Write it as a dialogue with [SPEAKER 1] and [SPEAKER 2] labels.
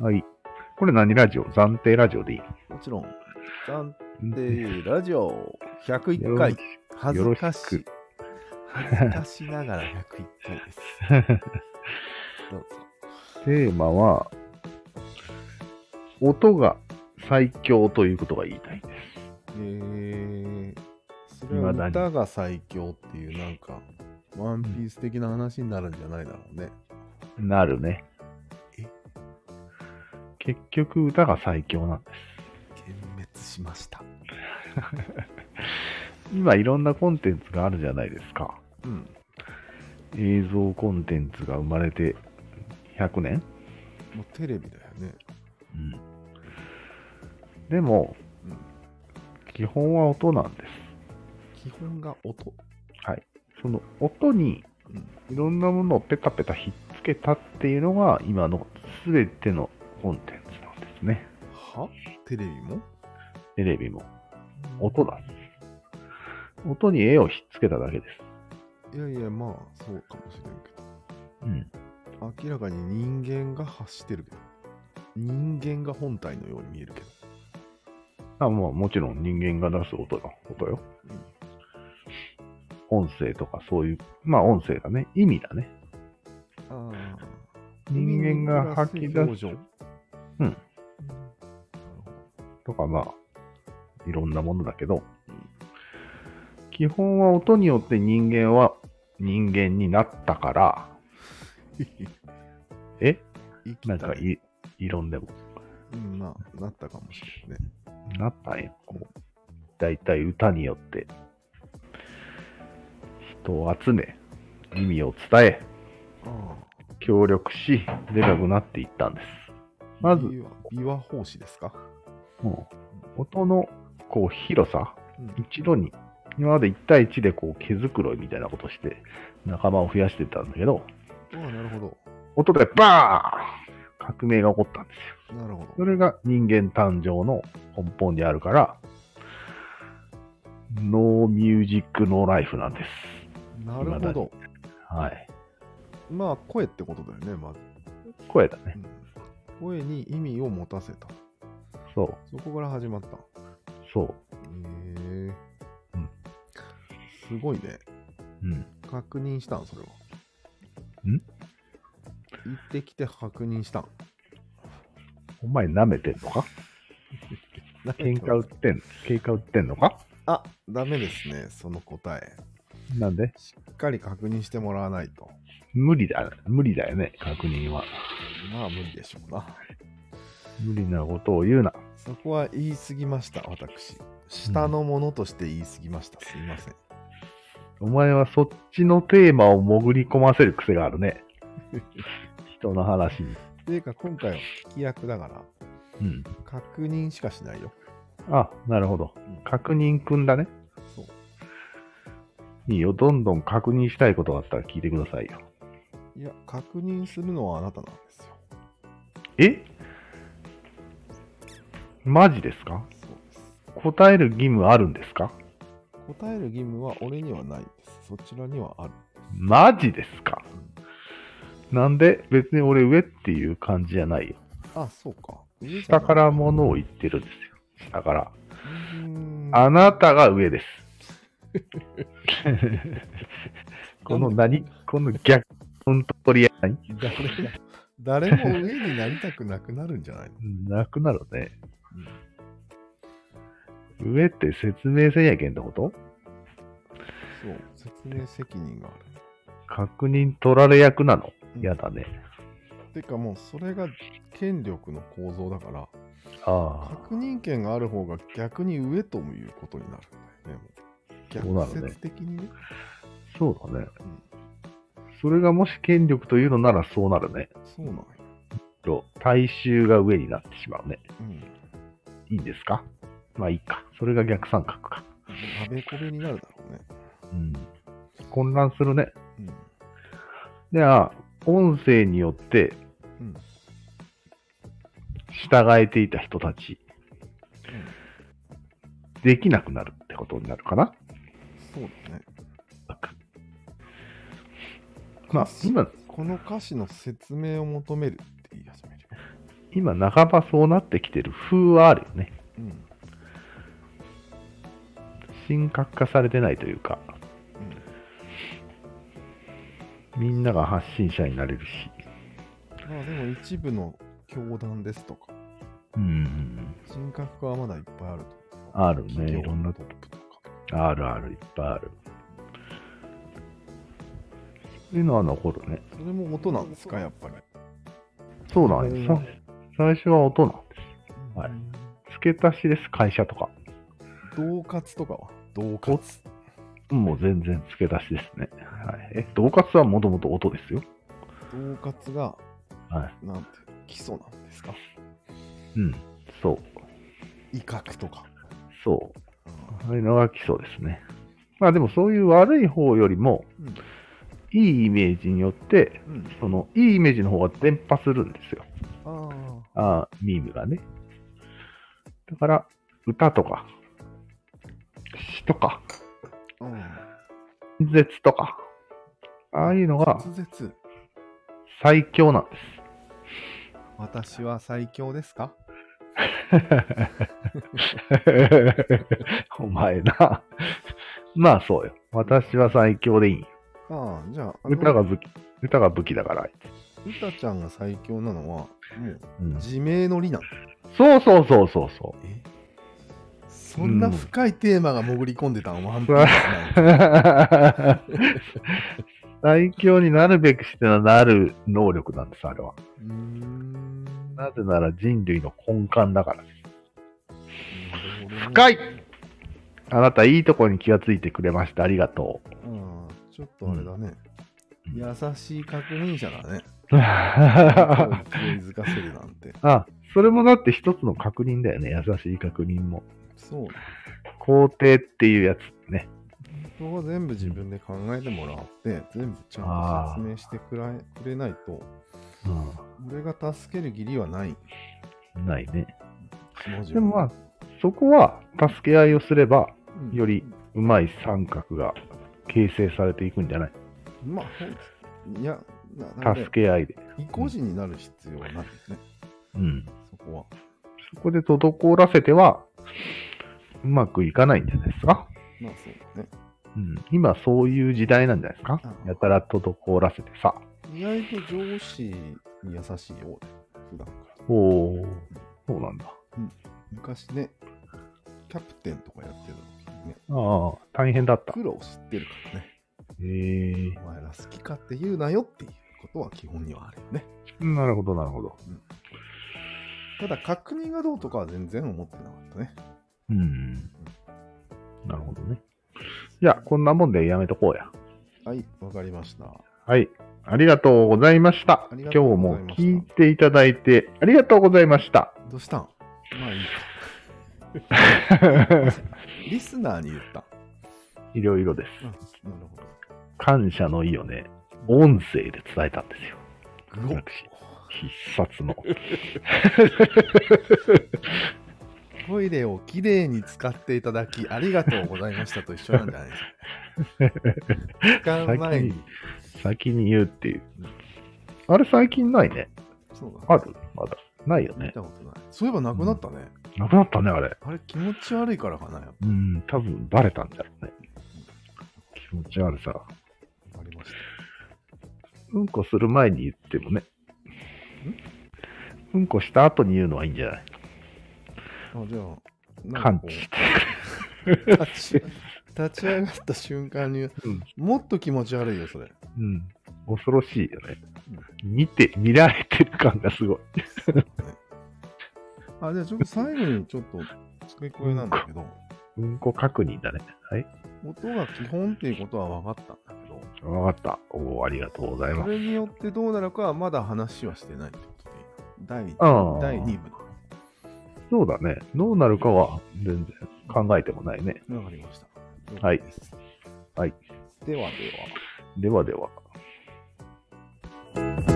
[SPEAKER 1] はい。これ何ラジオ暫定ラジオでいい
[SPEAKER 2] もちろん、暫定ラジオ101回。恥
[SPEAKER 1] よ
[SPEAKER 2] ず
[SPEAKER 1] ろし
[SPEAKER 2] かし
[SPEAKER 1] く
[SPEAKER 2] い。恥ずかしながら101回です。どうぞ。
[SPEAKER 1] テーマは、音が最強ということが言いたいです。
[SPEAKER 2] えー、それは
[SPEAKER 1] 未だ
[SPEAKER 2] 歌が最強っていう、なんか、ワンピース的な話になるんじゃないだろうね。
[SPEAKER 1] なるね
[SPEAKER 2] え。
[SPEAKER 1] 結局歌が最強なんです。
[SPEAKER 2] 幻滅しました。
[SPEAKER 1] 今いろんなコンテンツがあるじゃないですか。
[SPEAKER 2] うん。
[SPEAKER 1] 映像コンテンツが生まれて100年、
[SPEAKER 2] もうテレビだよね。
[SPEAKER 1] でも、
[SPEAKER 2] うん
[SPEAKER 1] 基本は音なんです。
[SPEAKER 2] 基本が音。
[SPEAKER 1] その音に
[SPEAKER 2] うん。
[SPEAKER 1] いろんなものをペタペタひっつけたっていうのが今の全てのコンテンツなんですね。
[SPEAKER 2] はテレビも
[SPEAKER 1] テレビも音だ。音に絵をひっつけただけです。
[SPEAKER 2] いやいや、まあ、そうかもしれんけど。
[SPEAKER 1] うん、
[SPEAKER 2] 明らかに人間が発してるけど。人間が本体のように見えるけど。
[SPEAKER 1] あまあもちろん人間が出す音だ。音よ。
[SPEAKER 2] うん
[SPEAKER 1] 音声とかそういう、まあ音声だね。意味だね。
[SPEAKER 2] ああ。
[SPEAKER 1] 人間が吐き出
[SPEAKER 2] 表
[SPEAKER 1] す
[SPEAKER 2] 情。
[SPEAKER 1] うん
[SPEAKER 2] なるほ
[SPEAKER 1] とかまあ、いろんなものだけど、基本は音によって人間は人間になったから、
[SPEAKER 2] ど
[SPEAKER 1] え
[SPEAKER 2] 生きた
[SPEAKER 1] なんかい、異論でも。
[SPEAKER 2] うんまあ、なったかもしれないね。
[SPEAKER 1] なったんや。こう大体歌によって、人を集め、意味を伝え、
[SPEAKER 2] あ
[SPEAKER 1] 協力し、でかくなっていったんです。
[SPEAKER 2] あ。
[SPEAKER 1] まず
[SPEAKER 2] 琵琶、琵琶法師ですか
[SPEAKER 1] もう、音の、こう、広さ、
[SPEAKER 2] うん
[SPEAKER 1] 一度に、今まで1対1でこう、毛づくろいみたいなことして、仲間を増やしてたんだけど、
[SPEAKER 2] ああ、なるほ
[SPEAKER 1] 音でバーン革命が起こったんですよ。
[SPEAKER 2] ど。なるほ
[SPEAKER 1] そ
[SPEAKER 2] ど。
[SPEAKER 1] れが人間誕生の根本にあるから、ノーミュージックノーライフなんです。
[SPEAKER 2] なるほど。
[SPEAKER 1] はい。
[SPEAKER 2] まあ、声ってことだよね、まず。
[SPEAKER 1] 声だね。
[SPEAKER 2] うん声に意味を持たせた。
[SPEAKER 1] そう、
[SPEAKER 2] そこから始まった。
[SPEAKER 1] そう。
[SPEAKER 2] へえ。
[SPEAKER 1] うん
[SPEAKER 2] すごいね。
[SPEAKER 1] うん。
[SPEAKER 2] 確認したん、それは。
[SPEAKER 1] ん
[SPEAKER 2] 行ってきて確認したん。
[SPEAKER 1] お前舐めてんのか喧嘩売ってんの喧嘩売ってんのか
[SPEAKER 2] あ、ダメですね、その答え。
[SPEAKER 1] なんで
[SPEAKER 2] しっかり確認してもらわないと。
[SPEAKER 1] 無理だ、無理だよね、確認は。
[SPEAKER 2] まあ、無理でしょうな。
[SPEAKER 1] 無理なことを言うな。
[SPEAKER 2] そこは言い過ぎました、私。下のものとして言い過ぎました。すいません。
[SPEAKER 1] お前はそっちのテーマを潜り込ませる癖がある ね。人の話に。
[SPEAKER 2] ていうか、今回は聞き役だから、
[SPEAKER 1] うん。
[SPEAKER 2] 確認しかしないよ。
[SPEAKER 1] あ、なるほど。
[SPEAKER 2] うん
[SPEAKER 1] 確認くんだね。
[SPEAKER 2] そう。
[SPEAKER 1] いいよ。どんどん確認したいことがあったら聞いてくださいよ。
[SPEAKER 2] いや、確認するのはあなたなんですよ。
[SPEAKER 1] えマジですか
[SPEAKER 2] そうです。
[SPEAKER 1] 答える義務あるんですか
[SPEAKER 2] 答える義務は俺にはないです。そちらにはある。
[SPEAKER 1] マジですかなんで別に俺上っていう感じじゃないよ。
[SPEAKER 2] あ、そうか。
[SPEAKER 1] 下からものを言ってるんですよ。下から。あなたが上 です。この何この逆の取り合い
[SPEAKER 2] 誰も上になりたくなくなるんじゃないの
[SPEAKER 1] なくなるね。上って説明せんやけんってこと
[SPEAKER 2] そう、説明責任があ
[SPEAKER 1] 確認取られ役なの
[SPEAKER 2] る。
[SPEAKER 1] やだね。
[SPEAKER 2] てかもうそれが権力の構造だから、
[SPEAKER 1] ああ、
[SPEAKER 2] 確認権がある方が逆に上ともいうことになるんだよね。
[SPEAKER 1] そう
[SPEAKER 2] も
[SPEAKER 1] な
[SPEAKER 2] う
[SPEAKER 1] るね
[SPEAKER 2] 逆説的にね。
[SPEAKER 1] そうだね
[SPEAKER 2] うん。
[SPEAKER 1] それがもし権力というのならそうなるね。
[SPEAKER 2] そうなんよ。
[SPEAKER 1] と大衆が上になってしまうね。
[SPEAKER 2] うん。
[SPEAKER 1] いいんですかまあいいか。それが逆三角か。
[SPEAKER 2] あべこべになるだろうね。
[SPEAKER 1] うん。混乱するね。
[SPEAKER 2] うん。
[SPEAKER 1] じゃあ、音声によって
[SPEAKER 2] うん。
[SPEAKER 1] 従えていた人たち、できなくなるってことになるかな
[SPEAKER 2] そうだね。
[SPEAKER 1] まあ、今、
[SPEAKER 2] この歌詞の説明を求めるって言い始めるよ。
[SPEAKER 1] 今、半ばそうなってきてる風はあるよね。
[SPEAKER 2] うんうん
[SPEAKER 1] 神格化されてないというか、みんなが発信者になれるし。
[SPEAKER 2] まあでも一部の教団ですとか、
[SPEAKER 1] うん。
[SPEAKER 2] 人格はまだいっぱいあると。
[SPEAKER 1] あるね。
[SPEAKER 2] 企
[SPEAKER 1] い
[SPEAKER 2] 業
[SPEAKER 1] ろん
[SPEAKER 2] の
[SPEAKER 1] な
[SPEAKER 2] トップとか。
[SPEAKER 1] あるある、いっぱいある。そういうのは残るね。
[SPEAKER 2] それも音なんですか、やっぱり。
[SPEAKER 1] そうなんです。さ最初は音なんではい
[SPEAKER 2] うん
[SPEAKER 1] す。付け足しです、会社とか。
[SPEAKER 2] 同活とかは同活。
[SPEAKER 1] もう全然付け足しですね。はい、え、同活はもともと音ですよ。
[SPEAKER 2] 同活が、
[SPEAKER 1] は
[SPEAKER 2] なんていうの基礎なんですか
[SPEAKER 1] うん。そう。
[SPEAKER 2] 威嚇とか。
[SPEAKER 1] そう。そういうのが基礎ですね。まあでもそういう悪い方よりも、
[SPEAKER 2] うん
[SPEAKER 1] いいイメージによって、
[SPEAKER 2] うん。
[SPEAKER 1] そのいいイメージの方が伝播するんですよ。
[SPEAKER 2] あ
[SPEAKER 1] ああ、ミームがね。だから、歌とか、詩とか、
[SPEAKER 2] あ。うん。
[SPEAKER 1] 絶とか、ああいうのが
[SPEAKER 2] 滑舌。
[SPEAKER 1] 最強なんです。
[SPEAKER 2] 私は最強ですか
[SPEAKER 1] お前な。まあそうよ。私は最強でいいよ。
[SPEAKER 2] ああ、じゃあ、あの
[SPEAKER 1] 歌が武器、歌が武器だからあいつ。
[SPEAKER 2] 歌ちゃんが最強なのは、もう、
[SPEAKER 1] うん
[SPEAKER 2] 自明の理なん
[SPEAKER 1] そうそうそうそうそ
[SPEAKER 2] えそんな深いテーマが潜り込んでたの、ワンピ
[SPEAKER 1] う
[SPEAKER 2] ー
[SPEAKER 1] わ
[SPEAKER 2] スなん て
[SPEAKER 1] う。最強になるべくしてなる能力なんです、あれは。
[SPEAKER 2] うーん。な
[SPEAKER 1] なぜなら人類の根幹だから。
[SPEAKER 2] るほどね
[SPEAKER 1] 深いあなた、いいとこに気がついてくれました。ありがとう。
[SPEAKER 2] うんちょっとあれだね。
[SPEAKER 1] うん
[SPEAKER 2] 優しい確認者だね。
[SPEAKER 1] あ、
[SPEAKER 2] 勢いづかせるなんて。
[SPEAKER 1] それもだって一つの確認だよね。優しい確認も。
[SPEAKER 2] そう。
[SPEAKER 1] 肯定っていうやつね。
[SPEAKER 2] そこは全部自分で考えてもらって、全部ちゃんと説明してくらえくれないと、俺が助ける義理はない。
[SPEAKER 1] うん、ないね。
[SPEAKER 2] 下地
[SPEAKER 1] でもまあ、そこは助け合いをすれば、
[SPEAKER 2] うん
[SPEAKER 1] よりうまい三角が形成されていくんじゃない
[SPEAKER 2] まあ、ほんいや、ななんで
[SPEAKER 1] 助け合いで。
[SPEAKER 2] 意固地になる必要はないよね、
[SPEAKER 1] うん。
[SPEAKER 2] そこは。
[SPEAKER 1] そこで滞らせては、うまくいかないんじゃないですか、
[SPEAKER 2] まあそうだね。
[SPEAKER 1] うん、今そういう時代なんじゃないですか
[SPEAKER 2] あ
[SPEAKER 1] やたら滞らせてさ。
[SPEAKER 2] 意外と上司に優しいよ、普段から。
[SPEAKER 1] おお、そうなんだ。
[SPEAKER 2] 昔ね、キャプテンとかやってる時にね、
[SPEAKER 1] ああ、大変だった。
[SPEAKER 2] 苦労知ってるからね、
[SPEAKER 1] ええ
[SPEAKER 2] お前ら好きかって言うなよっていうことは基本にはあるよね。
[SPEAKER 1] なるほど、なるほど。
[SPEAKER 2] ただ、確認がどうとかは全然思ってなかったね。
[SPEAKER 1] うん。なるほどね。じゃあ、こんなもんでやめとこうや。
[SPEAKER 2] はい、わかりました。
[SPEAKER 1] はい。ありがとうございました。
[SPEAKER 2] あ
[SPEAKER 1] 今
[SPEAKER 2] りが
[SPEAKER 1] 日
[SPEAKER 2] とうご
[SPEAKER 1] も
[SPEAKER 2] ざいました
[SPEAKER 1] 聞いていただいてありがとうございました。
[SPEAKER 2] どうしたんまあいいか。 リスナーに言った。
[SPEAKER 1] いろいろです。
[SPEAKER 2] なるほど。
[SPEAKER 1] 感謝の意をね、音声で伝えたんですよ。
[SPEAKER 2] グロ
[SPEAKER 1] 私必殺の。
[SPEAKER 2] トイレをきれいに使っていただきありがとうございましたと一緒なんじゃないですか。時間前に。
[SPEAKER 1] 先に言うっていう。あれ最近ないね。
[SPEAKER 2] そうだ
[SPEAKER 1] あるまだ。ないよ
[SPEAKER 2] 見
[SPEAKER 1] ね。
[SPEAKER 2] たことない。そういえばなくなったね。
[SPEAKER 1] なくなったね、あれ。
[SPEAKER 2] あれ気持ち悪いからかな。やっ
[SPEAKER 1] うん、多分バレたんだろうね。気持ち悪さ。
[SPEAKER 2] ぱありまし
[SPEAKER 1] うんこする前に言ってもね。うんこした後に言うのはいいんじゃない
[SPEAKER 2] た。あじゃあ、なん
[SPEAKER 1] 感
[SPEAKER 2] かこ
[SPEAKER 1] 知して。
[SPEAKER 2] う立ち立ち上がった瞬間に、
[SPEAKER 1] うん
[SPEAKER 2] もっと気持ち悪いよ、それ。
[SPEAKER 1] うん。恐ろしいよね。見て、見られてる感がすごい。
[SPEAKER 2] あ、じゃあちょっと最後にちょっと付け加えなんだけど、
[SPEAKER 1] うんこ確認だね。はい。
[SPEAKER 2] 音が基本っていうことは分かったんだけど、
[SPEAKER 1] わかった。おお、ありがとうございま
[SPEAKER 2] そ
[SPEAKER 1] す。
[SPEAKER 2] れによってどうなるかはまだ話はしてないってことで、
[SPEAKER 1] あ
[SPEAKER 2] 第
[SPEAKER 1] ー
[SPEAKER 2] 第2部
[SPEAKER 1] そうだね。どうなるかは全然考えてもないね。
[SPEAKER 2] だ。わかりました。
[SPEAKER 1] はい
[SPEAKER 2] 了解です
[SPEAKER 1] はい。
[SPEAKER 2] ではでは。
[SPEAKER 1] ではでは。